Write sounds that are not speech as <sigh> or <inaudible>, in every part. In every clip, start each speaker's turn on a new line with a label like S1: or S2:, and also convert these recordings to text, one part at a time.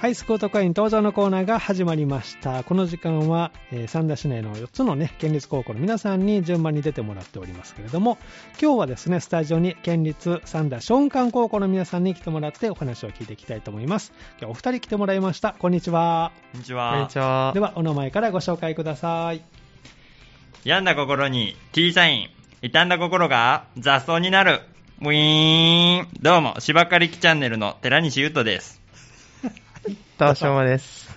S1: はい、スクート会員登場のコーナーが始まりました。この時間は、えー三田市内の4つのね、県立高校の皆さんに順番に出てもらっておりますけれども、今日はですね、スタジオに県立三田松漢高校の皆さんに来てもらってお話を聞いていきたいと思います。今日お二人来てもらいました。こんにちは。
S2: こんにち
S3: こんに
S2: は
S3: ち。は
S1: で。は、お名前からご紹介ください。
S2: 病んだ心に T サイン。傷んだ心が雑草になる。ウィーン。どうも、芝刈り機チャンネルの寺西優斗です。
S3: 田尾翔馬です。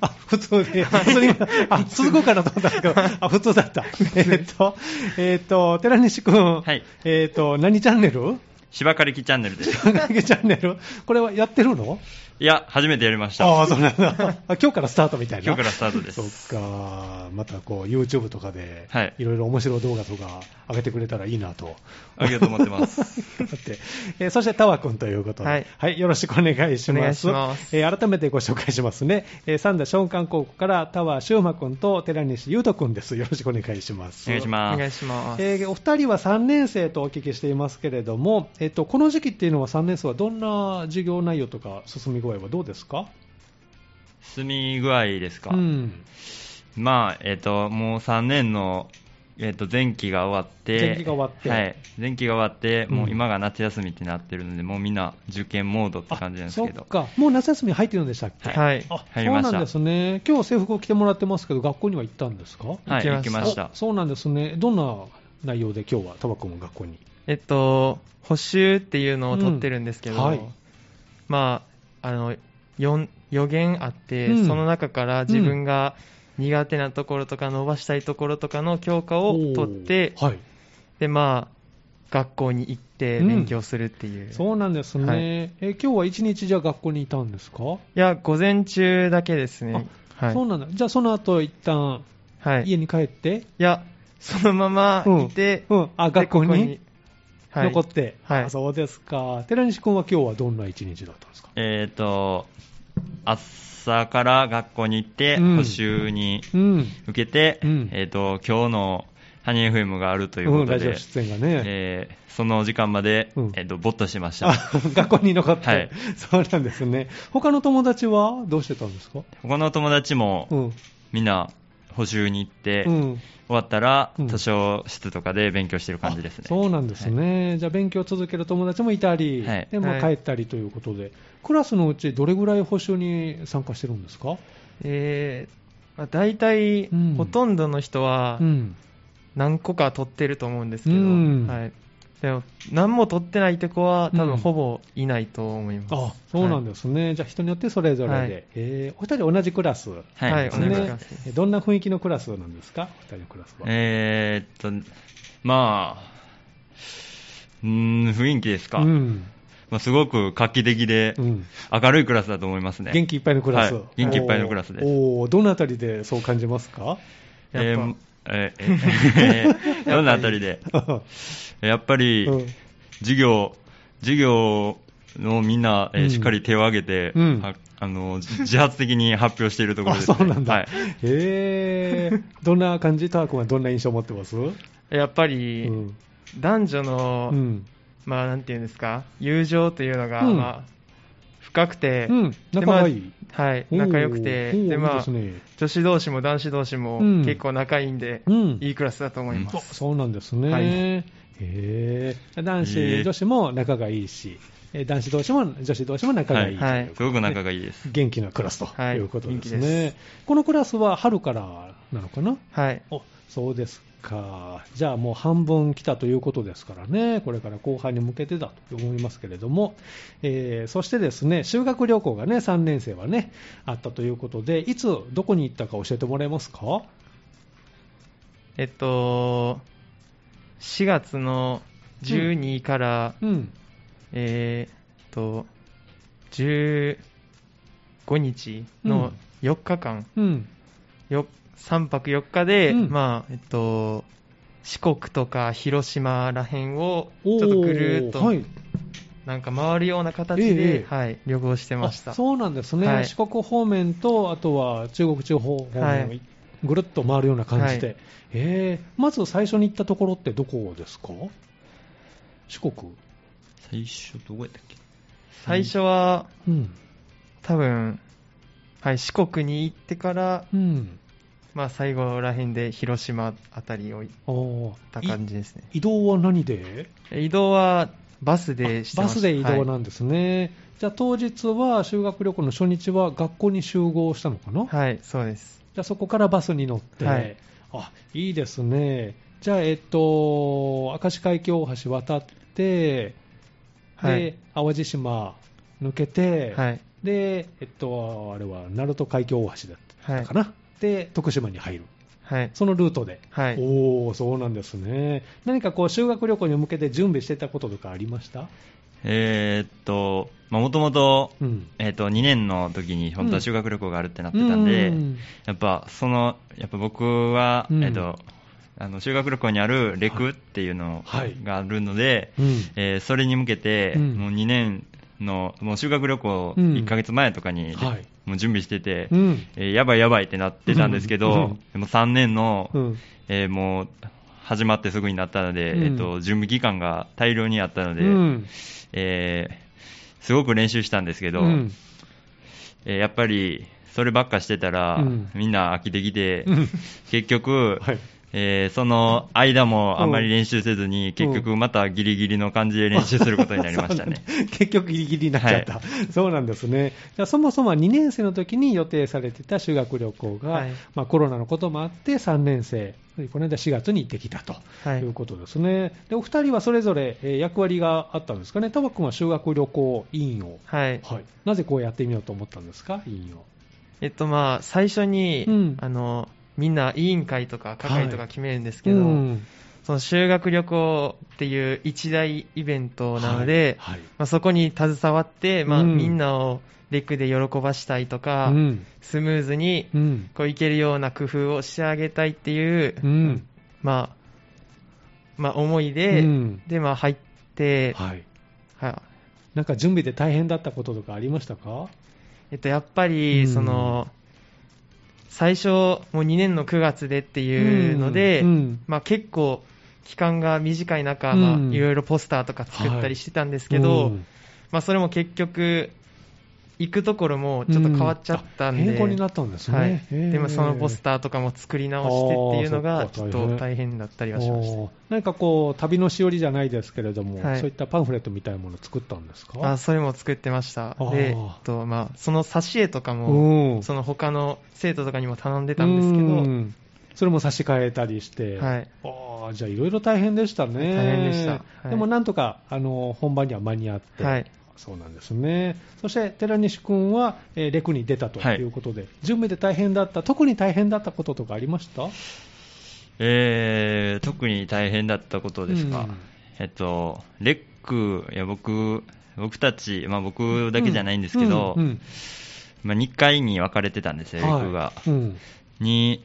S1: あ、普通で、 <laughs> 普通に、あ、続こうかなと思ったんですけど、あ、普通だ <laughs> った。えっと、えっと、寺西くん、
S2: はい
S1: えっと、何チャンネ <laughs> ル
S2: 芝刈り機チャンネルです。
S1: 高木チャンネル、これはやってるの
S2: いや、初めてやりました。
S1: ああ、そうなんだ。
S2: <laughs>
S1: あ今日からスタートみたいな。
S2: 今日からスタートで
S1: そっ
S2: す。
S1: か、またこう YouTube とかで、
S2: はい
S1: いろいろ面白い動画とか上げてくれたらいいなと。 <laughs>
S2: ありがとう思ってます。
S1: だってえーそしてタワ君ということで、は
S3: はいい、
S1: よろしくお願いし
S3: お願
S1: ま
S3: い
S1: す。
S3: します
S1: えー改めてご紹介しますね。えー、三田松漢高校からタワ修馬君と寺西優斗君です。よろしくお願いします。
S2: お願いし
S3: お
S2: ま
S3: 願い
S2: す。
S3: します。
S1: えーお二人は3年生とお聞きしていますけれども、えっと、この時期っていうのは3年生はどんな授業内容とか進み具合はどうですか
S2: 進み具合ですか、
S1: うん、
S2: まあ、えっ、と、もう3年の、えっ、と、前期が終わって、
S1: 前期が終わって
S2: はい。前期が終わって、もううん今が夏休みってなってるので、もうみんな受験モードって感じなんです
S1: あ
S2: け
S1: そ
S2: ど
S1: っ。か、もう夏休み入ってるんでしたっけ、
S2: はい
S3: はい。
S1: あ
S2: 入りま
S1: そ
S2: した
S1: うなんですね、今日制服を着てもらってますけど、学校には行ったんですか
S2: はい、行
S3: 行
S2: き
S3: き
S2: ま
S3: ま
S2: した
S1: お。そうなんですね、どんな内容で今日は、タバコも学校に。
S3: えっと、補習っていうのを取ってるんですけど、
S1: うんはい
S3: まあ、あの、4予言あって、
S1: うん
S3: その中から自分が苦手なところとか伸ばしたいところとかの教科を取って
S1: お、ーはい、
S3: で、まあ、学校に行って
S1: うん
S3: 勉強するっていう。い
S1: そうなんですね、
S3: はい
S1: え今日は一日、じゃあ学校にいたんですか、
S3: や、午前中だけですね。はい
S1: そう。なんだ、じゃあその後一旦
S3: はい。い
S1: 家に帰って、
S3: や、そのまま
S1: うん
S3: いて、
S1: うんあ
S3: で
S1: 学校に
S3: はい
S1: 残って、
S3: はい
S1: あそうですか、寺西君は今日はどんな一日だったんですか、
S2: えっ、と、朝から学校に行って、
S1: うん
S2: 補習に
S1: うん、
S2: 受けて、
S1: うん
S2: えっ、と、今日のハニー FM があるという
S1: う
S2: こ
S1: ん
S2: と
S1: ラジ
S2: で、
S1: オ出演がね。
S2: えーその時間まで、
S1: うん
S2: えっ、と、ぼっとしました。
S1: あ学校に残って、
S2: はい
S1: そうなんですね、他の友達はどうしてたんですか、
S2: 他の友達も、
S1: うん
S2: みんな補習に行って、
S1: う
S2: 終
S1: ん、
S2: わったら、
S1: うん
S2: 図書室とかで勉強してる感じですね。
S1: そうなんですね、じゃあ、勉強を続ける友達もいたり、
S2: はい
S1: でまあ、
S3: は
S1: 帰
S3: い
S1: ったりということで、クラスのうち、どれぐらい補習に参加してるんですか、
S3: えーまあ、大体、
S1: うん
S3: ほとんどの人は
S1: うん、
S3: 何個か取ってると思うんですけど、
S1: うん
S3: はい、でも何も取ってないって子は多
S1: うん
S3: 分ほぼいないと思います、
S1: あそうなんですね、じゃあ、人によってそれぞれで、
S3: はい
S1: えーお二人同じクラス
S2: はい、
S3: はい
S1: です
S2: そうで
S3: 同
S2: すね
S3: じクラ
S1: ね
S3: スです、
S1: えどんな雰囲気のクラスなんですか、お二人のクラスは。
S2: えーっと、まあ、うーん、雰囲気ですか。
S1: うん
S2: まあ、すごく画期的で、
S1: うん
S2: 明るいクラスだと思いますね。
S1: 元気いっぱいのクラス、
S2: はい元気いっぱいのクラスです
S1: おーおーどのあたりでそう感じますか
S2: えー
S3: やっ
S2: え
S1: <laughs>
S2: ーえーどんなあたりで、やっぱり
S1: うん
S2: 授業、授業のみんな、えー
S1: うん
S2: しっかり手を挙げて、
S1: うん
S2: はあのじ自発的に発表しているところ
S1: あ
S2: です、ね。
S1: そうなんだ、
S2: はい
S1: へえどんな感じ、タワ君はどんな印象を持ってます、う
S3: ぱやっぱり
S1: ん
S3: 男女の、
S1: うん
S3: まあなんていうんですか友情というのが、
S1: うん
S3: まあ、深くて、
S1: うん、
S3: で
S1: 仲がいい、
S3: まあはい、仲良くて
S1: おーおー
S3: で、
S1: い
S3: ま
S1: い
S3: あ
S1: ですね
S3: 女子同士も男子同士も
S1: うん
S3: 結構仲いいんで、
S1: うん
S3: いいクラスだと思います、
S1: おそうなんですね、
S3: はい
S1: へえ男子、
S2: えー
S1: 女子も仲がいいし、えー男子同士も女子同士も仲がいいということで、
S3: はいはい
S2: すごく仲がいいです。
S1: 元気なクラスと
S3: はい
S1: いうことです
S3: 元
S1: ね、
S3: 気で
S1: このクラスは春からなのかな、
S3: はい
S1: おそうですか、じゃあもう半分来たということですからね、これから後半に向けてだと思いますけれども、えーそしてですね修学旅行がね、3年生はね、あったということで、いつ、どこに行ったか教えてもらえますか、
S3: えっと、4月の12から、
S1: うん、
S3: えーっと、15日
S1: う
S3: の
S1: ん
S3: 4日間、
S1: うん、
S3: よ3泊4日で、
S1: うん
S3: まあ、えっと、四国とか広島らへんを、ちょっとぐ
S1: お
S3: るーっ
S1: ーはい
S3: と、なんか回るような形
S1: ええ
S3: で、はい、旅行してました。
S1: あそうなんですね、
S3: はい
S1: 四国方面と、あとは中国地方方面を
S3: はい
S1: ぐるっと回るような感じで、
S3: はい
S1: えーまず最初に行ったところってどこですか四国、
S2: 最初どこやったっけ
S3: 最初は、
S1: うん、
S3: 多分、はい、四国に行ってから、
S1: うん。
S3: まあ、最後らへんで広島あたりを行っ
S1: おー
S3: た
S1: い
S3: 感じですね。
S1: 移動は何で
S3: 移動はバスでして
S1: バ
S3: ました
S1: スで移動な
S3: は
S1: んですね。じゃあ当日は修学旅行の初日は学校に集合したのかな、
S3: い、はい、そうです。
S1: じゃあそこからバスに乗って、
S3: はい
S1: あいいですね、じゃあ、えっと、明石海峡大橋渡って、
S3: は
S1: で
S3: い。
S1: 淡路島抜けて、
S3: はい。
S1: でえっと、あれは鳴門海峡大橋だ
S3: は
S1: った
S3: い
S1: か。な、で徳島に入る、
S3: はい。
S1: そのルートで、
S3: はい。
S1: おお、そうなんですね、何かこう修学旅行に向けて準備してたこととかありました、
S2: えーっと、もともと、
S1: うん、
S2: えーっと、2年の時に本当は修学旅行があるってなってたんで、
S1: うん
S2: やっぱその、やっぱ僕は、
S1: うん
S2: えーっと、あの修学旅行にあるレクっていうの
S1: はい
S2: があるので、
S1: うん
S2: えーそれに向けて、
S1: うん
S2: もう2年の、もう修学旅行
S1: うん
S2: 1ヶ月前とかに、
S1: はい
S2: もう準備してて、
S1: うん
S2: えーやばいやばいってなってたんですけ
S1: うんう
S2: ど
S1: ん、
S2: でも3年の、
S1: うん
S2: えーもう始まってすぐになったので、
S1: うん
S2: えー、と準備期間が大量にあったので、
S1: うん
S2: えーすごく練習したんですけど、
S1: うん
S2: えーやっぱりそればっかしてたら、
S1: うん
S2: みんな飽きてきて、
S1: うん
S2: 結局、
S1: <laughs> はい
S2: えーその間もあんまり練習せずに、結局またギリギリの感じで練習することになりましたね。
S1: そうなんだ <laughs> 結局ギリギリになっちゃった、そうなんですねじゃあそもそもは2年生の時に予定されてた修学旅行が、
S3: はい
S1: まあ、コロナのこともあって3年生この間4月に行ってきたと。
S3: はいいう
S1: ことですね、でお二人はそれぞれえー役割があったんですかねタバ君は修学旅行委員を、
S3: はい。
S1: はい、なぜこうやってみようと思ったんですか委員を
S3: えっと、まあ、最初に、
S1: うん
S3: あの、みんな委員会とか係と
S1: は
S3: か
S1: い
S3: 決めるんですけど、
S1: うん
S3: その修学旅行っていう一大イベントなので、
S1: はい
S3: まあ、そこに携わって、まあ
S1: うん
S3: みんなをレクで喜ばしたいとか、
S1: うん
S3: スムーズに
S1: うん
S3: こういけるような工夫をしてあげたいっていう、
S1: うん
S3: まあ、まあ、思いで、
S1: うん
S3: で、まあ、入って、
S1: はい、
S3: は
S1: なんか準備で大変だったこととかありましたか
S3: えっと、やっぱ
S1: う
S3: り、
S1: ん
S3: その、最初、もう2年の9月でっていうので、
S1: うんうん
S3: まあ、結構、期間が短い中、
S1: うん
S3: まあ、いろいろポスターとか作ったりしてたんですけど、
S1: うん
S3: まあ、それも結局、行くところもちょっと変わっちゃったんで、
S1: う変更になったんですね、
S3: はい、
S1: へー
S3: でもそのポスターとかも作り直してっていうの
S1: あ
S3: が
S1: ー
S3: ちょ
S1: そっ
S3: っ
S1: か
S3: と大変だったりはしまし
S1: おー何かこう旅のしおりじゃないですけれども、
S3: はい
S1: そういったパンフレットみたいなものを作ったんです
S3: たあ
S1: か
S3: それも作ってました
S1: ー
S3: で、えっとまあ、その挿絵とかも
S1: うん
S3: その他の生徒とかにも頼んでたんですけど
S1: うんそれも差し替えたりして、
S3: はい
S1: あーじゃあいろいろ大変でしたね
S3: 大変でしたはい
S1: でもなんとかあの本番には間に合って、
S3: はい
S1: そうなんですねそして寺西君は、えーレクに出たということで、準備で大変だった特に大変だったこととかありました
S2: えー特に大変だったことですか、
S1: うん
S2: えっと、レック、いや僕僕たち、まあ、僕だけじゃないんですけど、
S1: うんうん
S2: まあ、2回に分かれてたんですよ、レクが。
S1: はいうん
S2: に、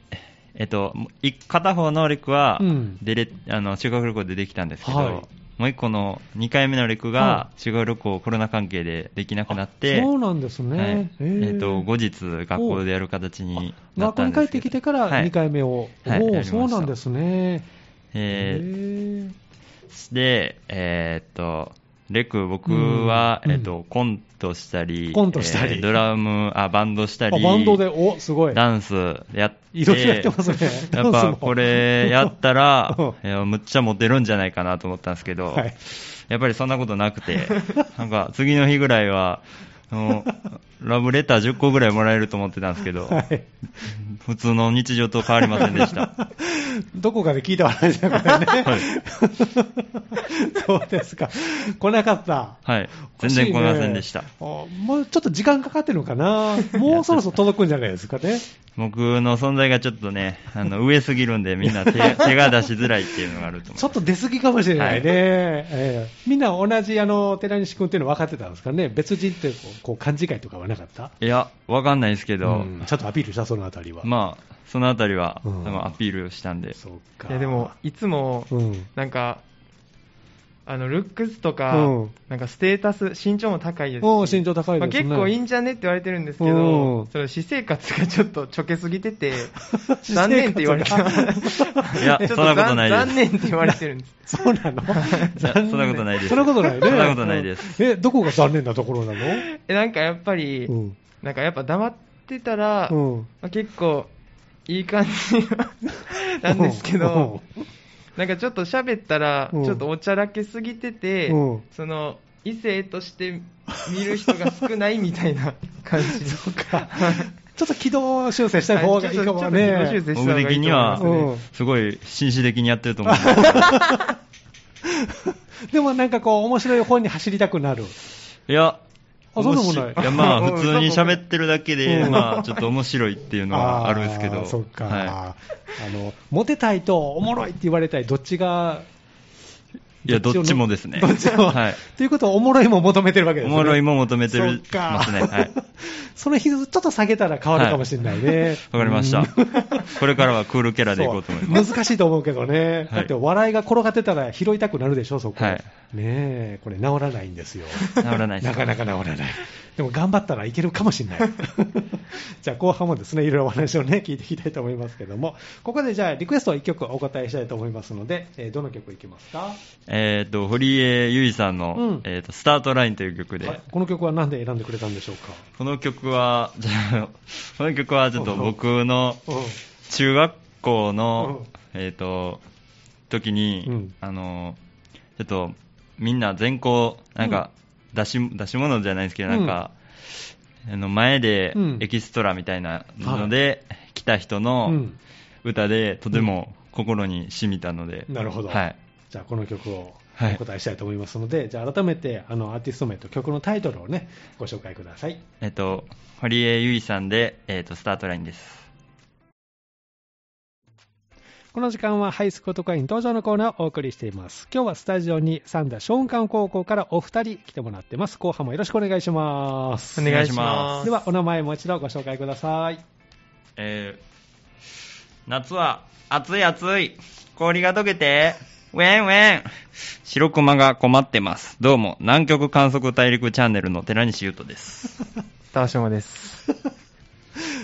S2: えっと、い片方のレクは
S1: うん
S2: 出れ、あの修学旅行でできたんですけど、
S1: はい
S2: もう一個の2回目のレク
S1: は
S2: が修学旅行コロナ関係でできなくなって、
S1: そうなんですね、
S2: はい
S1: へ
S2: えっと、後日学校でやる形に
S1: あ
S2: なっ
S1: 学校
S2: たん
S1: に
S2: で
S1: 帰っ
S2: すけ
S1: て
S2: ど
S1: きてから
S2: はい
S1: 2回目を、
S2: はい
S1: お
S2: やり
S1: お
S2: ました
S1: そうなんですね、
S2: え
S1: へ
S2: ー
S1: ー
S2: で、えーっと、レク、僕は、
S1: うん
S2: えーっと、コントしたり、
S1: コントしたり
S2: えードラム、あ、バンドした
S1: あ
S2: り、
S1: バンドでおすごい
S2: ダンスやって、
S1: いろいろやって
S2: <laughs>
S1: ますねダンス
S2: や
S1: も
S2: っぱこれやったら
S1: <laughs> うん、
S2: えーむっちゃモテるんじゃないかなと思ったんですけど、
S1: はい
S2: やっぱりそんなことなくて、 <laughs> なんか次の日ぐらいは、あのラブレター10個ぐらいもらえると思ってたんですけど、
S1: はい
S2: 普通の日常と変わりませんで
S1: <laughs>
S2: した。
S1: どこかで聞いた話だからね、そうですか来なかった
S2: はい。全然来ませんでした。
S1: おかしいねあもうちょっと時間かかってるのか
S2: <laughs>
S1: なもうそろそろ届くんじゃないですかね
S2: 僕の存在がちょっとね、あの上すぎるんで、みん
S1: <laughs>
S2: な手手が出しづらいっていうのがあると
S1: ち
S2: 思
S1: ょっと出過ぎかもしれないね、
S2: は
S1: ええみんな同じあの寺西君っていうの分かってたんですかね別人ってこうこう勘違いとかはなかった
S2: う。いや、わかんないですけど、
S1: うんちょっとアピールした、そのあたりは。
S2: まあ、そのあたりは、
S1: うん
S2: あのアピールしたんで、
S1: そうか。
S3: いやでも、いつも
S1: うん。
S3: なんかあのルックスとか、
S1: うん
S3: なんかステータス身長も高いです
S1: お
S3: し
S1: 身長高い
S3: まあ、
S1: ですね。
S3: 結構いいんじゃねって言われてるんですけ
S1: うん
S3: ど、その私生活がちょっとちょけすぎてて、
S1: <laughs> 私生活が
S3: 残念って言われてます
S2: いや
S3: <laughs> ちょっ
S2: そんなこと
S3: 残
S2: ないです
S3: 残念って言われてるんです。
S1: そうなの
S2: い <laughs> やそんなことないです
S1: そんなことないね。。
S2: そんなことないです
S1: え、どこが残念なところなの
S3: え、なんかやっぱり、
S1: うん。
S3: なんかやっぱ黙っってたら、ま
S1: うん
S3: あ結構いい感じなんですけど、なんかちょっと喋ったら、ち
S1: うん
S3: ょっとおちゃらけすぎてて
S1: うん、
S3: その、異性として見る人が少ないみた
S1: <laughs>
S3: いな感じです。そうか。
S1: ちょっと軌道修正した方がいいかもね。
S3: はいちょっと軌道修正
S2: 僕的には
S1: うん、
S2: すごい紳士的にやってると思う。
S1: <laughs> でもなんかこう、面白い方に走りたくなる。
S2: いや、
S1: あそうでもない
S2: 面白いや、まあ、
S3: うん
S2: 普通に喋ってるだけで、
S1: うん
S2: まあ、ちょっと面白いっていうのはあるんですけ
S1: あー
S2: ど。
S1: そっか、
S2: は
S1: あの。モテたいとおもろいって言われたい、どっちが。
S2: い。いや、どっちもですすね。
S1: どっちも <laughs>
S2: はい。
S1: ということは、おもろいも求めてるわけで
S2: お
S1: すね。
S2: もろいも求めて
S1: そっ
S2: る、
S1: か
S2: ますね。はい。
S1: <laughs> その日、ちょっと下げたら変わるかもしれないね。
S2: わかりまし
S1: う
S2: た
S1: ん。
S2: これからはクールキャラでいこうと思います。
S1: そう難しいと思うけどね、
S2: はい
S1: だって笑いが転がってたら拾いたくなるでしょ、そこ、
S2: はい
S1: ねえこれ、治らないんですよ、
S2: 治らないです
S1: なかなか治らない、でも頑張ったらいけるかもしれ
S2: <laughs>
S1: ない、じゃあ、後半もですねいろいろお話をね聞いていきたいと思いますけども、ここでじゃあ、リクエストを1曲お答えしたいと思いますので、えーどの曲いきますか、
S2: えっと、堀江由衣さんの、
S1: うん
S2: えっと、スタートラインという曲で、
S1: はいこの曲は何で選んでくれたんでしょうか。
S2: この曲は、じゃあこの曲はちょっと僕の
S1: う
S2: 中学校の、えっと、時に、
S1: うん
S2: あの、ちょっと、みんな全校、なんか、出し、出し物じゃないですけど、なんか、あの前で
S1: うん
S2: エキストラみたいなので、来た人の、
S1: んうん
S2: 歌でとても心に染みたので、
S1: なるほど
S2: はい、
S1: じゃあこの曲を
S2: はい
S1: お答えしたいと思いますので、じゃあ改めてあのアーティスト名と曲のタイトルをねご紹介ください。
S2: えっと堀江由衣さんで、えっとスタートラインです
S1: この時間はハイスクート会員登場のコーナーをお送りしています。今日はスタジオに三田松漢高校からお二人来てもらってます。後半もよろしくお願いします。
S3: お願いします。
S1: ではお名前もう一度ご紹介ください。
S2: えー夏は暑い暑い氷が溶けてウェンウェン白熊が困ってますどうも南極観測大陸チャンネルの寺西優斗です
S3: タワショマです。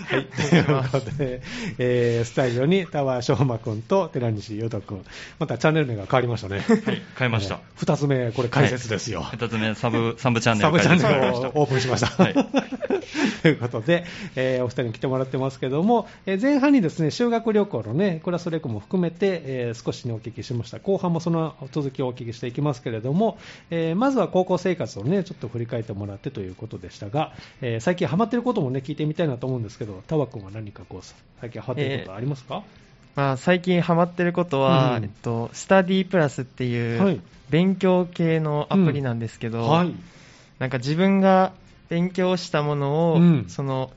S1: はい、ということで、えースタジオに田和昌磨君と寺西優斗君、またチャンネル名が変わりましたね。
S2: はい変えました、
S1: えー二つ目、これ解説ですよ。
S2: 2つ目サブ
S1: <laughs>
S2: サブチャンネ
S1: サブ
S2: ル
S1: チャンネ
S2: 変え
S1: ル
S2: ました
S1: をオープンしました。
S2: はい
S1: <laughs> ということで、えーお二人に来てもらってますけども、えー前半にですね修学旅行のねクラスレコも含めて、えー少しねお聞きしました後半もその続きをお聞きしていきますけれども、えーまずは高校生活をねちょっと振り返ってもらってということでしたが、えー最近ハマってることもね聞いてみたいなと思うんですけどタワ君は何かこう最近ハマってることありますか、
S3: まあ、最近ハマってることは、
S1: うん
S3: えっと、スタディプラスっていう、
S1: はい
S3: 勉強系のアプリなんですけど、
S1: はい、
S3: なんか自分が勉強したものを、
S1: うん
S3: その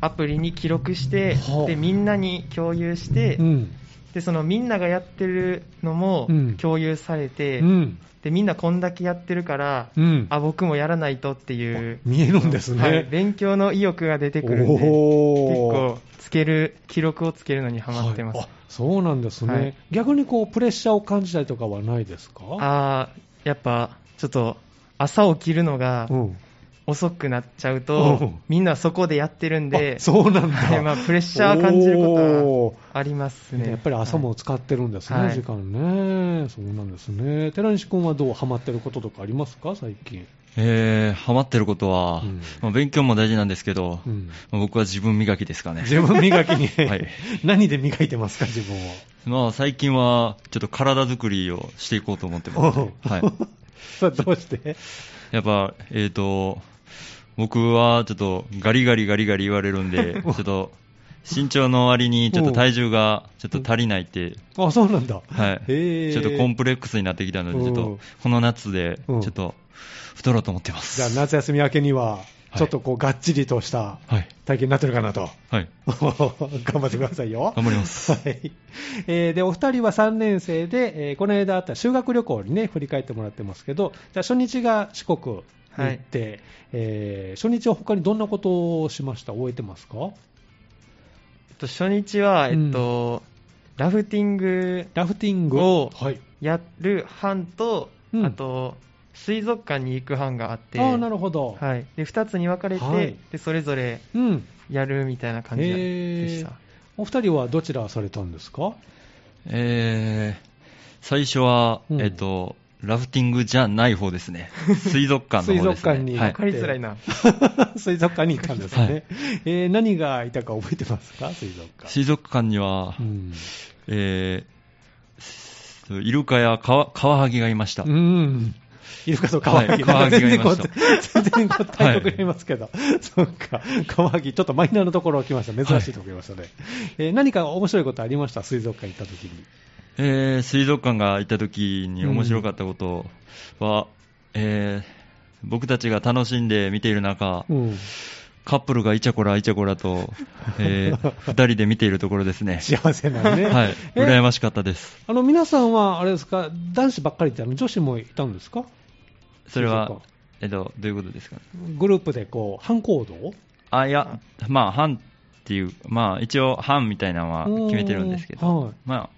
S3: アプリに記録して、
S1: はあ
S3: でみんなに共有して、
S1: うん
S3: でそのみんながやってるのも
S1: うん
S3: 共有されて、
S1: うん
S3: でみんなこんだけやってるから、
S1: うん、
S3: あ僕もやらないとっていう、
S1: 見えるんですね、
S3: はい勉強の意欲が出てくるんで結
S1: おー
S3: 構つける記録をつけるのにハマってます、
S1: はいあそうなんですね、
S3: はい
S1: 逆にこうプレッシャーを感じたりとかはないですか
S3: あーやっぱちょっと朝起きるのが
S1: うん、
S3: 遅くなっちゃうと、
S1: うん
S3: みんなそこでやってるんで
S1: あそうなん
S3: はい
S1: だ、
S3: まあ、プレッシャー感じるこ
S1: お
S3: とはありますね。
S1: やっぱり朝も使ってるんですね、
S3: はい
S1: 時間ね、そうなんですね、寺西君はどう、ハマってることとかありますか、最近。
S2: えー、ハマってることは、
S1: うん
S2: まあ勉強も大事なんですけど、
S1: うん
S2: まあ僕は自分磨きですかね
S1: 自分磨きに、
S2: はい
S1: <laughs> 何で磨いてますか、自分を。
S2: まあ最近はちょっと体作りをしていこうと思ってます、ね。
S1: おう
S2: はい。
S1: <laughs> さあどうして、
S2: やっぱ、えっ、と、僕はちょっとガリガリガリガリ言われる
S1: <laughs>
S2: んで、ちょっと身長の割にちょっと体重がちょっと足りないって、
S1: あそうなんだ、
S2: はい。
S1: へー
S2: ちょっとコンプレックスになってきたので、ちょっ
S1: うん
S2: とこの夏でち
S1: う
S2: ょ
S1: ん
S2: っと太ろうと思ってます。
S1: じゃあ、夏休み明けには、
S2: い
S1: ちょっとこうがっちりとした
S2: はい。
S1: 体験になってるかなと。
S2: はい。
S1: <laughs> 頑張ってくださいよ。
S2: 頑張ります
S1: はい。えーで、お二人は3年生で、えーこの間あった修学旅行にね、振り返ってもらってますけど、じゃあ初日が四国に行って、えー初日は他にどんなことをしました終えてますか
S3: えっと初日は、えっと、ラフティング
S1: ラフティング
S3: お
S1: はい。
S3: やる班と、
S1: うん
S3: あと、水族館に行く班があって、
S1: ああ、なるほど。
S3: はい、で2つに分かれて、
S1: はい
S3: で、それぞれ
S1: うん。
S3: やるみたいな感じでし
S1: え
S3: た。
S1: ーお二人はどちらされたんですか
S2: えー、最初は、
S1: うん
S2: えっ、と、ラフティングじゃない方ですね。水族館の方で
S1: <laughs> 水
S2: すね。
S1: 族館に
S2: は
S3: わ
S2: い
S3: かりづらいな。
S1: 水族館に行ったんですね。
S2: はい
S1: えー何がいたか覚えてますか水族館。
S2: 水族館には、
S1: うん。
S2: えーイルカやカワカワハギがいました。
S1: うん。いるかとカワハギ。
S2: はいカワハギがいました
S1: 全然こう対局にいますけど。 <laughs> そっか。カワハギ、ちょっとマイナーのところ来ました。珍しいところ来ましたね。えー何か面白いことありました水族館行った時に。
S2: えー水族館が行った時に面白かったことは、えー僕たちが楽しんで見ている中、
S1: うん。
S2: カップルがイチャコライチャコ
S1: <laughs>
S2: ラと、えー二人で見ているところですね。
S1: 幸せなね。
S2: はい。
S1: えー
S2: 羨ましかったです。
S1: あの、皆さんは、あれですか、男子ばっかりって、あの女子もいたんですか
S2: それ
S1: 水
S2: は
S1: 族、
S2: えっと、どういうことですかね。
S1: グループでこう、反行動
S2: あ、いや、まあ、班っていう、まあ、一応、班みたいなのは決めてるんですけど、
S1: うんはい
S2: まあ、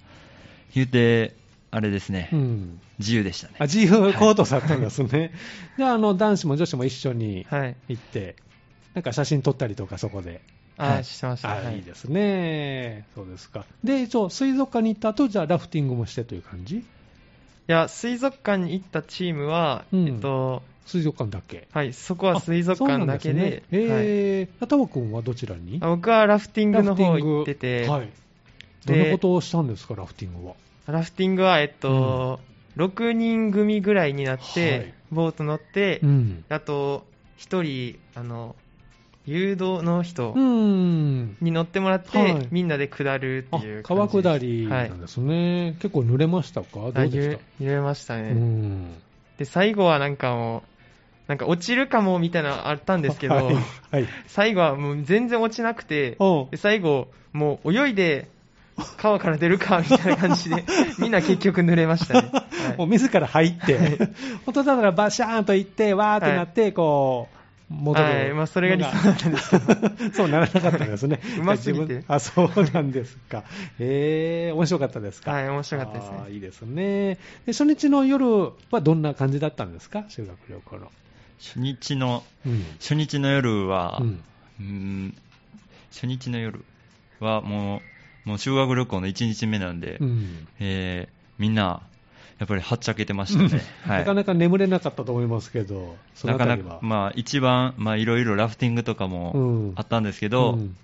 S2: 言うて、あれですね、
S1: うん。
S2: 自由でしたね。
S1: あ、自由行動されたんですね。で、あの、男子も女子も一緒に
S3: はい。
S1: 行って、なんか写真撮ったりとか、そこで。
S3: あ、
S2: はい
S3: してました。
S1: あ
S3: はい
S1: いですね。そうですか。で、一応、水族館に行った後、じゃあ、ラフティングもしてという感じ
S3: いや、水族館に行ったチームは、
S1: うん
S3: えっと、
S1: 水族館だけ。
S3: はい、そこは水族館だけで、
S1: えね、
S3: はい
S1: えー、タワ君はどちらに
S3: あ僕はラフティングの方
S1: ラフティング
S3: 行ってて、
S1: はい。ど
S3: で
S1: んなことをしたんですか、ラフティングは。
S3: ラフティングは、えっと、6人組ぐらいになって、
S1: はい
S3: ボート乗って、
S1: うん。
S3: あと、1人、あの、誘導の人
S1: うん。
S3: に乗ってもらって、
S1: はい
S3: みんなで下るって
S1: あ
S3: いう、感
S1: 川
S3: じです。
S1: 下りなんですね。結構濡れましたかどう
S3: あ
S1: で
S3: 揺
S1: し
S3: れ揺れました
S1: た
S3: ね、
S1: うん。
S3: で、最後はなんかもう、なんか落ちるかもみたいなのあったん <laughs> ですけど、
S1: はい。はい
S3: 最後はもう全然落ちなくて、
S1: おう
S3: で最後、もう泳いで、川から出るかみたいな感
S1: <laughs>
S3: じで、みんな結局濡れましたね。
S1: も
S3: は
S1: う自ら入って、本当だったらバシャーンと行って、わーってなって、こう、戻る。
S3: はいまあそれが理想だったんです
S1: けど。そうならなかったんですね
S3: <laughs> 。うますぎて
S1: 自分あ、そうなんですか。えー、面白かったですか。
S3: はい面白かったですね
S1: あーいいですね。で初日の夜はどんな感じだったんですか修学旅行の。
S2: 初日の、
S1: うん。
S2: 初日の夜は、
S1: うん
S2: うーん初日の夜はもう、もう修学旅行の1日目なんで、
S1: うん
S2: えーみんな、やっぱりはっちゃけてましたね。 <laughs> はい
S1: なかなか眠れなかったと思いますけど、その
S2: な
S1: あ
S2: か
S1: た
S2: な
S1: りは
S2: か、。まあ、一番、まあ、いろいろラフティングとか
S1: う
S2: も
S1: ん
S2: あったんですけど、
S1: うん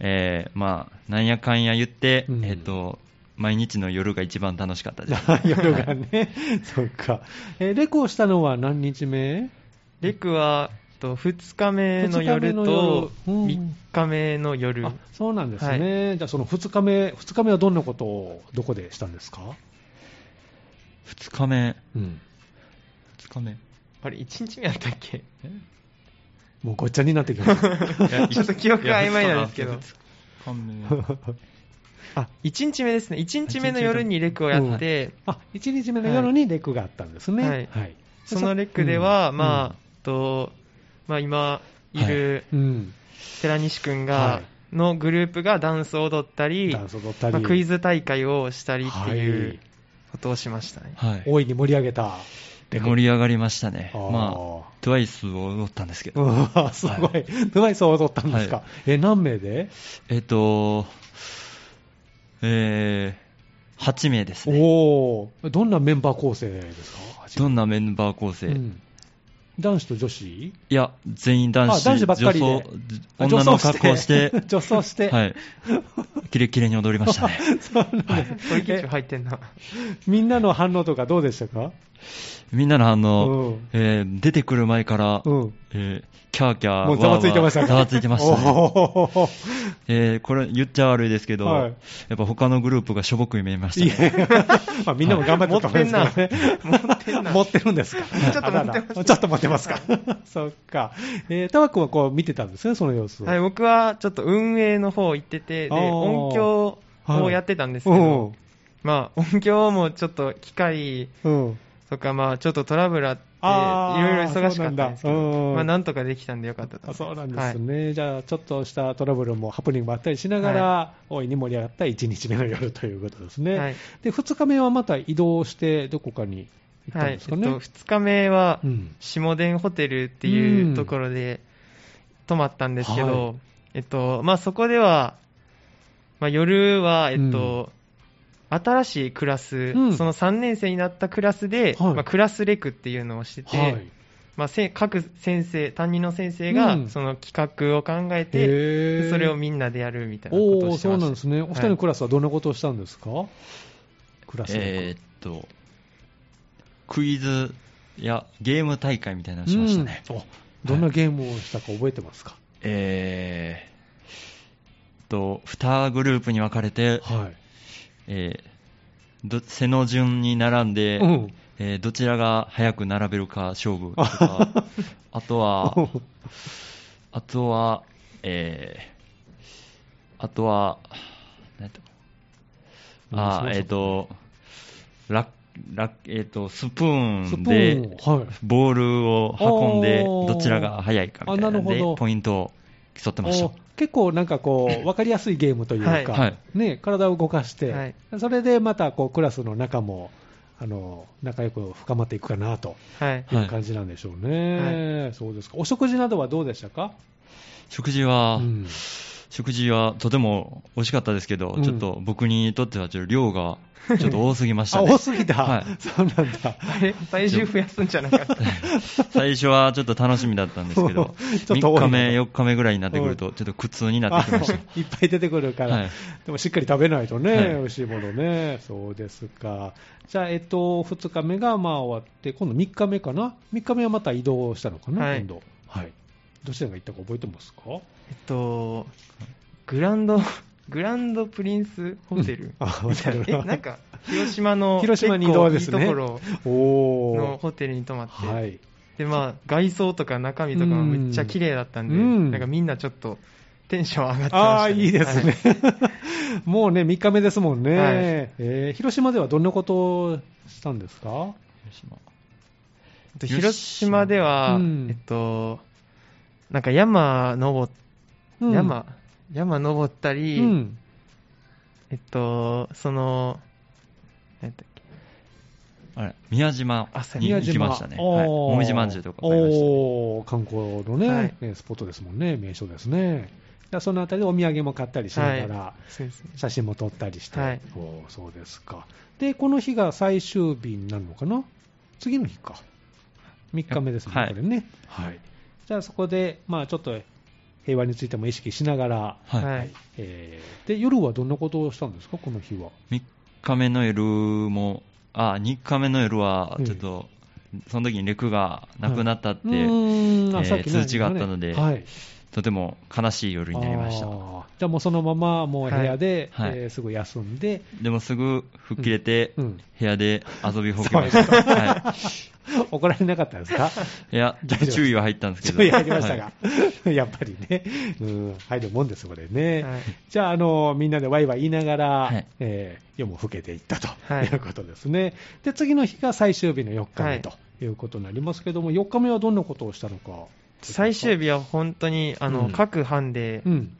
S2: えーまあ、なんやかんや言って、
S1: うん
S2: えっ、と、毎日の夜が一番楽しかったです。
S1: <laughs> 夜がね、そっか、えーレコをしたのは何日目
S3: い、レクは、と2日目の夜
S1: 二日目の
S3: と
S1: 夜うん
S3: 3日目の夜、
S1: あそうなんですね、じゃあその2日目、2日目はどんなことをどこでしたんですか、
S2: 二日目、
S1: うん、
S2: 二日目
S3: あれ、1日目やったっ
S1: <laughs>
S3: け
S1: もうごっちゃになってきました
S3: <laughs> ちょっと記憶が曖昧なんですけど、
S2: 二日目
S3: あ1日目ですね、1日目の夜にレクをやって、
S1: あ1日目の夜にレクがあったんですね、
S3: はいそのレクでは、まあ、と、まあ今いる
S1: あ、うんうん
S3: 寺西くん
S1: は
S3: が、のグループがダンスを踊ったり、
S1: ダンス踊ったり、
S3: まあクイズ大会をしたりってい
S1: はいう
S3: ことをしましたね。
S1: <laughs>
S2: はい。
S1: 大いに盛り上げたレク
S2: 盛り上がりましたね。
S1: あー
S2: まあ、トワイスを踊ったんですけ
S1: <laughs> う
S2: ど。
S1: わすごい、ドバイスを踊ったんですか、
S2: は
S1: え何名で、
S2: えっと、えー、8名ですね。
S1: おおどんなメンバー構成ですか、
S2: どんなメンバー構成、
S1: うん男子と女子
S2: いや、全員男
S1: あ
S2: 子、
S1: 男子ばっかりで
S2: 女装女の格好して、
S1: <laughs> 女装して、
S2: はい。キレキレに踊りましたね。
S1: そうなんです
S3: 小池中入ってんな。
S1: みんなの反応とかどうでしたか
S2: みんなの反
S1: う
S2: 応
S1: ん、
S2: えー出てくる前から、
S1: うん。
S2: えーキャーキャー、
S1: もうざわついてましたね
S2: わーわーざわついてましたね。
S1: お
S3: <laughs>
S1: ー
S2: えーこれ言っちゃ悪いですけど、
S1: はい
S2: やっぱ他のグループがしょぼく見えました
S1: い
S2: ね。
S1: え、 <laughs> まあみんなも頑張ってたと思いますけどね。持って <laughs> んな。持ってるんですか。
S3: ちょっと持ってます
S1: あららちょっと持ってますか。 <laughs> そっか。えー、タワ君はこう見てたんですね、その様子を。
S3: <laughs> はい、僕はちょっと運営の方行ってて、で、
S1: あー
S3: 音響をやってたんですけ
S1: うん
S3: ど、まあ音響もちょっと機械
S1: うん。
S3: とか、まあちょっとトラブルあって、
S1: あー
S3: いろいろ忙しかったんですけ
S1: そうなんだう
S3: ど、
S1: ん
S3: まあなんとかできたんでよかったと
S1: あ
S3: 思いま
S1: そうな
S3: す。
S1: んです
S3: はい。
S1: ね、じゃあ、ちょっとしたトラブルもハプニングもあったりしながら、大いに盛り上がった1日目の夜ということですね、
S3: はい
S1: で2日目はまた移動して、どこかに行った
S3: は
S1: ん
S3: い、え
S1: で
S3: っ
S1: す
S3: と、
S1: かね、
S3: 2日目は
S1: うん、
S3: 下田ホテルって
S1: う
S3: い
S1: ん
S3: うところで泊まったんですけど、
S1: は
S3: えっと、まあそこでは、まあ夜は、えっと、新しいクラス、
S1: うん
S3: その3年生になったクラスで、
S1: はい
S3: まあ、クラスレクっていうのをしてて、
S1: はい。
S3: まあ、せ各先生、担任の先生が、
S1: うん
S3: その企画を考えて、
S1: へー
S3: それをみんなでやるみたいなこと
S1: おお
S3: をして
S1: そう
S3: ました
S1: なんですね。お二人のクラスはどんなことをしたんですか、クラスで。
S2: えーっと、クイズやゲーム大会みたいなのしましたね。
S1: うんおどんなゲームをしたか覚えてますか
S2: えーっと、2グループに分かれて、
S1: はい。
S2: えーど背の順に並んで、
S1: うん
S2: えーどちらが早く並べるか勝負と
S1: <laughs>
S2: か、あとは、あとは、えー、あとは、何やったか
S1: うんそうそう
S2: なあー、えっ、と、ララえっ、と、ス
S1: ス
S2: プー
S1: プ
S2: ン
S1: ー
S2: で
S1: ン、はい。
S2: ボールを運んで、
S1: おー
S2: どちらが早いかみたいな
S1: あ
S2: ん
S1: なる
S2: で
S1: ほど、
S2: ポイントを競ってまし
S1: お結構なんかこ
S2: <laughs>
S1: う、わかりやすいゲームというか、
S3: はい
S2: はい
S1: ね、体を動かして、
S3: はい
S1: それでまたこうクラスの仲も、あの仲良く深まっていくかなと
S3: はい。
S1: い
S2: は
S1: う
S2: い
S1: 感じなんでしょうね、そうですか、お食事などはどうでしたか、
S2: た。食事は、
S1: うん
S2: 食事はとても美味しかったですけど、
S1: うん
S2: ちょっと僕にとってはちょっと
S1: <laughs>
S2: 量がちょっと多すぎました
S1: あ
S2: ね。
S1: 多すぎた、
S2: はい
S1: <laughs> そうなんだ、
S3: あれ体重増やすんじゃなかった。
S2: 最初はちょっと楽しみだったんですけど、
S1: ちょっと多い
S2: 3日目、4日目ぐらいになってくると、ちょっと苦痛になってきました。
S1: いっぱい出てくるから、
S2: はい
S1: でもしっかり食べないとね、
S2: はい
S1: 美味しいものね、そうですか、じゃあ、えっと、2日目がまあ終わって、今度3日目かな、3日目はまた移動したのかな、
S3: はい
S1: 今度、はい、どちらが行ったか覚えてますか
S3: えっと、グランド、グランドプリンスホテル、
S1: あホテル
S3: え、なんか、広島の、
S1: 広島に移動ですね
S3: 結構いいところの
S1: おー、
S3: ホテルに泊まって、
S1: はい、
S3: で、まあ、外装とか中身とかもめっちゃ綺麗だったんで、
S1: うん
S3: なんかみんなちょっとテンション上がってました、
S1: ああ、いいです
S3: <laughs>
S1: ね
S3: は、
S1: もうね、3日目ですもんね、
S3: はい
S1: えー広島ではどんなことをしたんですか、
S3: えっと広島では、
S1: うん
S3: えっと、なんか山登っ、
S1: うん
S3: 山、山登ったり、
S1: うん、
S3: えっと、その、なんだっけ
S2: あれ宮島
S3: あそう
S2: に
S1: 宮
S2: 行
S1: 島
S2: きましたね。
S1: お
S2: はい。
S1: ー
S2: もみじまんじゅうとか買いましたね。
S1: おー観光のね、
S3: はい
S1: えースポットですもんね、名所ですね。じゃあそのあたりでお土産も買ったりしながら、
S3: そうですね。
S1: 写真も撮ったりして、
S3: はい
S1: おーそうですか。で、この日が最終日になるのかな次の日か。3日目ですね、
S2: はい
S1: これね。はい。じゃあそこで、まあちょっと平和についても意識しながら、
S2: はい。
S3: はい
S1: えーで、夜はどんなことをしたんですか、この日は。
S2: 3日目の夜も、あ、2日目の夜は
S1: う、ん
S2: ちょっと、その時にレクがなくなったって、
S1: うーんあ
S2: えー
S1: さっきね
S2: 通知があったので
S1: はい、
S2: とても悲しい夜になりました
S1: あ。ーじゃあもうそのままもう部屋で、
S2: はいはい
S1: えーすぐ休んで、
S2: でもすぐ吹っ切れて、
S1: うんうん
S2: 部屋で遊びほけました。は
S1: 怒られなかった
S3: <laughs>
S1: ですか
S2: い。いや、ちょっと注意は入ったんで
S1: ち
S2: すけ
S1: ょ <laughs>
S2: ど。
S1: っとやりました
S2: はい
S1: が、 <laughs> やっぱりね、うん、入るもんです、これね。
S3: はい
S1: じゃあ、あのみんなでワイワイ言いながら、
S2: はい
S1: えー夜も更けていったと、
S3: はい
S1: い、うことですね。で、次の日が最終日の4日目
S3: はい
S1: ということになりますけども、4日目はどんなことをしたのか。
S3: 最終日は本当に、あの、
S2: うん
S3: 各班で、
S1: うん。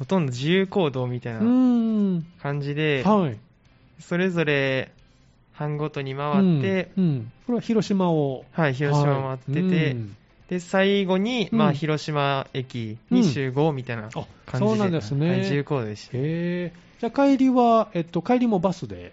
S3: ほとんど自由行動みたいうな
S1: ーん。
S3: 感じで、
S1: はい。
S3: それぞれ班ごとに回って、
S1: うん、うんこれは広島を。
S3: はい、広島回ってて、
S1: はいうん
S3: で、最後に、
S1: うん
S3: まあ、広島駅に集合みたいな
S1: あ
S3: 感じで、
S1: そうなんですね
S3: はい自由行動でした。
S1: へえ。じゃあ帰りは、えっと、帰りもバスで。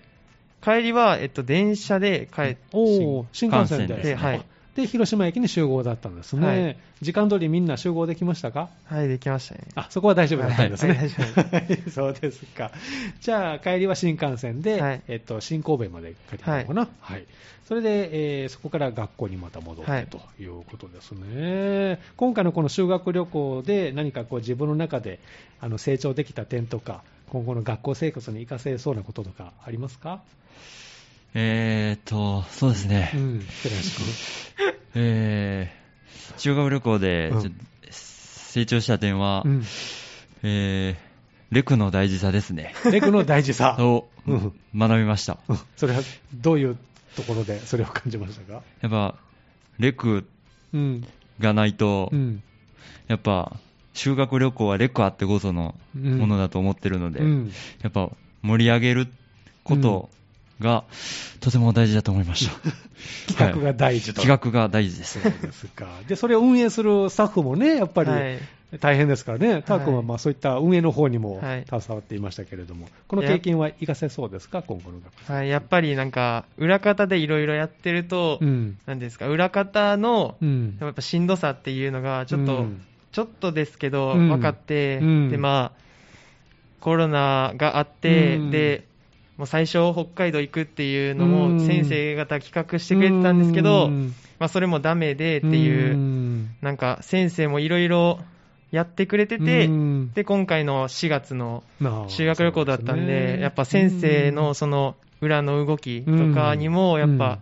S3: 帰りは、えっと、電車で帰って、
S1: おお、新幹線
S2: 新幹線
S1: で。
S2: です
S3: ねはい
S1: あで、広島駅に集合だったんですね。
S3: はい
S1: 時間通りみんな集合できましたか
S3: はい、できましたね。
S1: あ、そこは大丈夫だったんですね。
S3: はいはい
S1: はい <laughs> そうですか。じゃあ、帰りは新幹線で、
S3: はい
S1: えっと、新神戸まで帰ってくるのかな。はい。それで、えーそこから学校にまた戻っ
S3: は
S1: て
S3: い
S1: ということですね。今回のこの修学旅行で何かこう自分の中であの成長できた点とか、今後の学校生活に活かせそうなこととかありますか
S2: えーっと、そうですね。
S1: うん、寺石君。
S2: えー、修学旅行で、
S1: うん
S2: ちょっと成長した点は、
S1: うん
S2: えー、レクの大事さですね。
S1: レクの大事 <laughs> さ。
S2: を
S1: うん
S2: 学びました。
S1: うんそれはどういうところでそれを感じましたか
S2: やっぱ、レク
S1: うん。
S2: がないと、
S1: うん。
S2: やっぱ、修学旅行はレクあってこその
S1: うん
S2: ものだと思ってるので、
S1: うん
S2: やっぱ盛り上げることが、とても大事だと思い
S1: <laughs>
S2: ました。
S1: 企画が大事と。
S2: 企画が大事です。
S1: そうですか。で、それを運営するスタッフもね、やっぱり、
S3: はい
S1: 大変ですからね、ター君はまあそういった運営の方にも
S3: はい
S1: 携わっていましたけれども、この経験は生かせそうですか、今後の学生
S3: はい、やっぱりなんか、裏方でいろいろやってると、
S1: うん
S3: なんですか、裏方の、
S1: うん
S3: でもやっぱしんどさっていうのが、ちょっと、
S1: うん
S3: ちょっとですけど、
S1: うん
S3: 分かって、
S1: うん
S3: で、まあ、コロナがあって、
S1: うん
S3: で、もう最初、北海道行くっていうの
S1: うん
S3: も、先生方企画してくれてたんですけど、
S1: うん
S3: まあ、それもダメでっていう、
S1: ん
S3: なんか、先生もいろいろやってくれてて、
S1: うん
S3: で、今回の4月の
S1: まあ
S3: 修学旅行だったん
S1: そう
S3: で、
S1: すね
S3: やっぱ先生のその裏の動きとかにも、やっぱ、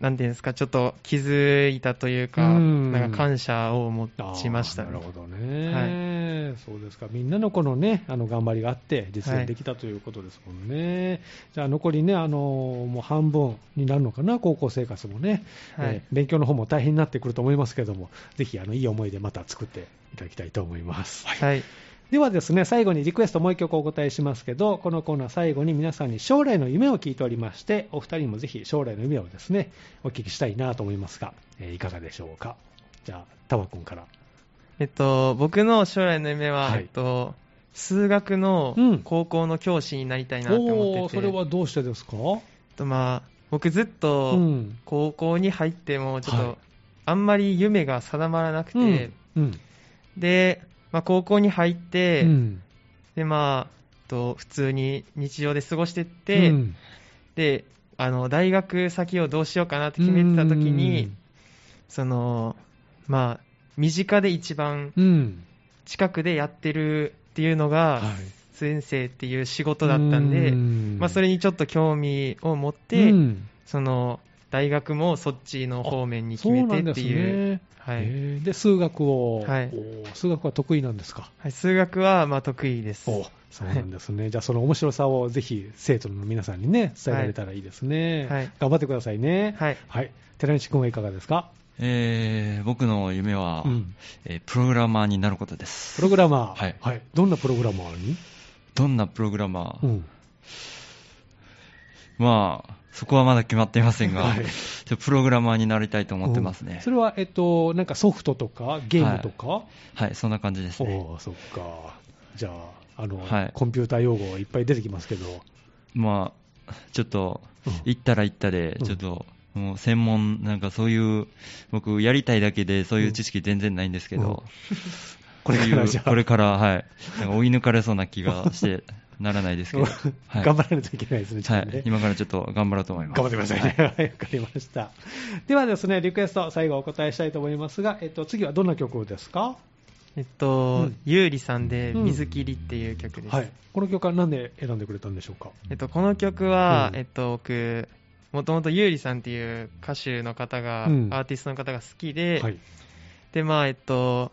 S3: なんていうんですか、ちょっと気づいたというか、
S1: うん
S3: なんか感謝を持
S1: あー
S3: ちましたね
S1: なる。ほどね、そうですか、みんなのこのね、あの頑張りがあって、実現できたということですもんね、じゃあ、残りね、あのもう半分になるのかな、高校生活もね、
S3: はい
S1: えー勉強の方も大変になってくると思いますけども、ぜひあのいい思い出、また作っていただきたいと思います。
S3: はい。
S1: ではですね、最後にリクエストもう一曲お答えしますけど、このコーナー最後に皆さんに将来の夢を聞いておりまして、お二人にもぜひ将来の夢をですね、お聞きしたいなと思いますが、えーいかがでしょうか。じゃあ、タワ君から。
S3: えっと、僕の将来の夢は、
S1: はい
S3: えっと、数学の
S1: うん
S3: 高校の教師になりたいなって思
S1: お
S3: っ
S1: お
S3: てて、
S1: それはどうしてですか
S3: えっと、まあ、僕ずっと、
S1: ん
S3: 高校に入っても、ちょっと、
S1: はい
S3: あんまり夢が定まらなくて、
S1: うんうん
S3: で、まあ、高校に入って、
S1: うん
S3: で、まあ、えっと普通に日常で過ごしてって、
S1: うん
S3: で、あの、大学先をどうしようかなって決めてた時に、その、まあ、身近で一番
S1: うんうん
S3: 近くでやってるっていうのが、
S1: はい
S3: 先生っていう仕事だったんで、
S1: うん
S3: まあ、それにちょっと興味を持って、
S1: うん
S3: その、大学もそっちの方面に決
S1: そう
S3: め
S1: なん
S3: て
S1: で
S3: って
S1: す
S3: いう。
S1: ね
S3: はい
S1: へーで数学を、
S3: はい
S1: おー数学は得意なんですか
S3: はい、数学はまあ得意です。
S1: おそうなんですね、じゃあその面白さをぜひ生徒の皆さんにね伝えられたらいいですね、
S3: はい
S1: 頑張ってくださいね
S3: はい
S1: 寺西君はいかがですか
S2: <laughs> えー、僕の夢は、
S1: うん
S2: えープログラマーになることです。
S1: プログラマー、
S2: はい
S1: どんなプログラマーに、
S2: どんなプログラマー、
S1: うん
S2: まあ、そこはまだ決まっていませんが、
S1: はい
S2: ちょプログラマーになりたいと思ってます
S1: うん
S2: ね
S1: そ。れは、えっと、なんかソフトとかゲームとか、
S2: はい、そんな感じですね。
S1: おーそっか。じゃあ、あの、
S2: はい
S1: コンピューター用語いっぱい出てきますけど。
S2: まあ、ちょっと
S1: うん、
S2: 行ったら行ったで
S1: う、ん
S2: ちょっと、もう専門、なんかそういう、僕、やりたいだけで、そういう知識全然ないんですけ
S1: うんうん
S2: ど、
S1: これから
S2: そういう
S1: じゃあ
S2: これから、はい、なんか追い抜かれそうな気がして、ならないですけど、は
S1: <laughs>
S2: い
S1: 頑張らないといけないですね、ちょ
S2: は
S1: っとね
S2: い、今からちょっと頑張ろうと思います。
S1: 頑張ってくださいね。はい、わかりました。ではですね、リクエスト、最後お答えしたいと思いますが、えっと、次はどんな曲ですか
S3: えっ
S1: う
S3: と
S1: ん、
S3: ゆうりさんで、
S1: うん
S3: 水切りっていう曲です。
S1: はい。この曲は何で選んでくれたんでしょうか
S3: えっと、この曲は、
S1: うん
S3: えっと、僕、もともとゆうりさんっていう歌手の方が、
S1: うん
S3: アーティストの方が好きで、
S1: はい。
S3: で、まあ、えっと、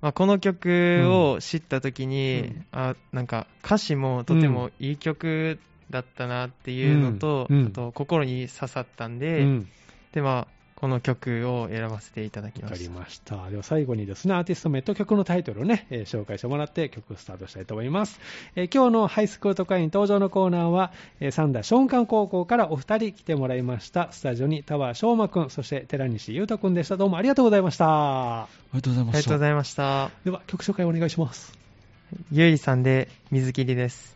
S3: まあ、この曲を知った時に、
S1: うん
S3: あ、なんか、歌詞もとてもいい曲だったなっていうのと、
S1: うんうん
S3: あと、心に刺さったんで、
S1: うん
S3: で、まあ、この曲を選ばせていただき
S1: わ
S3: ま
S1: か
S3: し
S1: り
S3: た。
S1: ました。では最後にですね、アーティスト名と曲のタイトルをね、えー紹介してもらって曲スタートしたいと思います。えー今日のハイスクール特会員登場のコーナーは、えー、三田松漢高校からお二人来てもらいました。スタジオに田和翔馬くん、そして寺西優太くんでした。どうもありがとうございました。
S2: ありがとうござい
S3: あ
S2: ま
S3: りがとう
S2: し
S3: ご
S2: た。
S3: ざいました。
S1: では曲紹介お願いします。
S3: ゆうりさんで、水切りです。